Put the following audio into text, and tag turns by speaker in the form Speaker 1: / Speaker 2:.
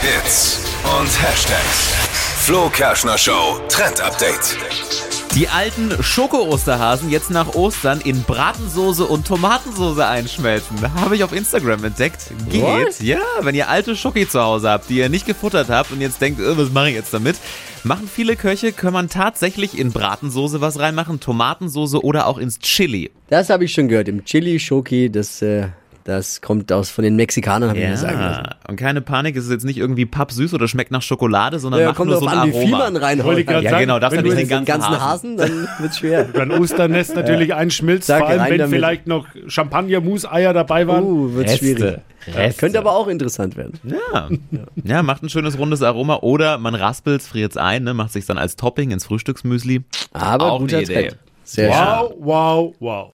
Speaker 1: Hits und Hashtags. Flo Kerschner Show Trend Update.
Speaker 2: Die alten Schoko-Osterhasen jetzt nach Ostern in Bratensoße und Tomatensoße einschmelzen. Habe ich auf Instagram entdeckt. Geht.
Speaker 3: What?
Speaker 2: Ja, wenn ihr alte Schoki zu Hause habt, die ihr nicht gefuttert habt und jetzt denkt, äh, was mache ich jetzt damit? Machen viele Köche, kann man tatsächlich in Bratensoße was reinmachen, Tomatensoße oder auch ins Chili.
Speaker 3: Das habe ich schon gehört. Im Chili Schoki, das, äh, das kommt aus von den Mexikanern, habe ich mir sagen lassen.
Speaker 2: Und keine Panik, es ist jetzt nicht irgendwie pappsüß oder schmeckt nach Schokolade, sondern
Speaker 3: Ja,
Speaker 2: macht
Speaker 3: kommt
Speaker 2: nur so
Speaker 3: drauf
Speaker 2: ein
Speaker 3: an, wie viel
Speaker 2: Aroma.
Speaker 3: man reinhaut.
Speaker 4: Wollte ich gerade
Speaker 2: ja,
Speaker 4: sagen,
Speaker 2: genau, darfst ja
Speaker 4: wenn
Speaker 2: nicht
Speaker 4: du
Speaker 2: den ganzen, Hasen.
Speaker 3: Hasen, dann wird's schwer.
Speaker 4: Wenn ein Osternest natürlich einschmilzt,
Speaker 3: Sag
Speaker 4: vor allem
Speaker 3: rein
Speaker 4: wenn
Speaker 3: damit.
Speaker 4: vielleicht noch Champagner, Mousse, Eier dabei waren.
Speaker 3: Uh, wird's schwierig.
Speaker 2: Reste.
Speaker 3: Könnte aber auch interessant werden.
Speaker 2: Ja. ja, macht ein schönes rundes Aroma oder man raspelt, friert's ein, ne, macht sich dann als Topping ins Frühstücksmüsli.
Speaker 3: Aber
Speaker 2: Auch
Speaker 3: guter
Speaker 2: eine Idee.
Speaker 3: Trend. Sehr schön.
Speaker 4: Wow, wow, wow.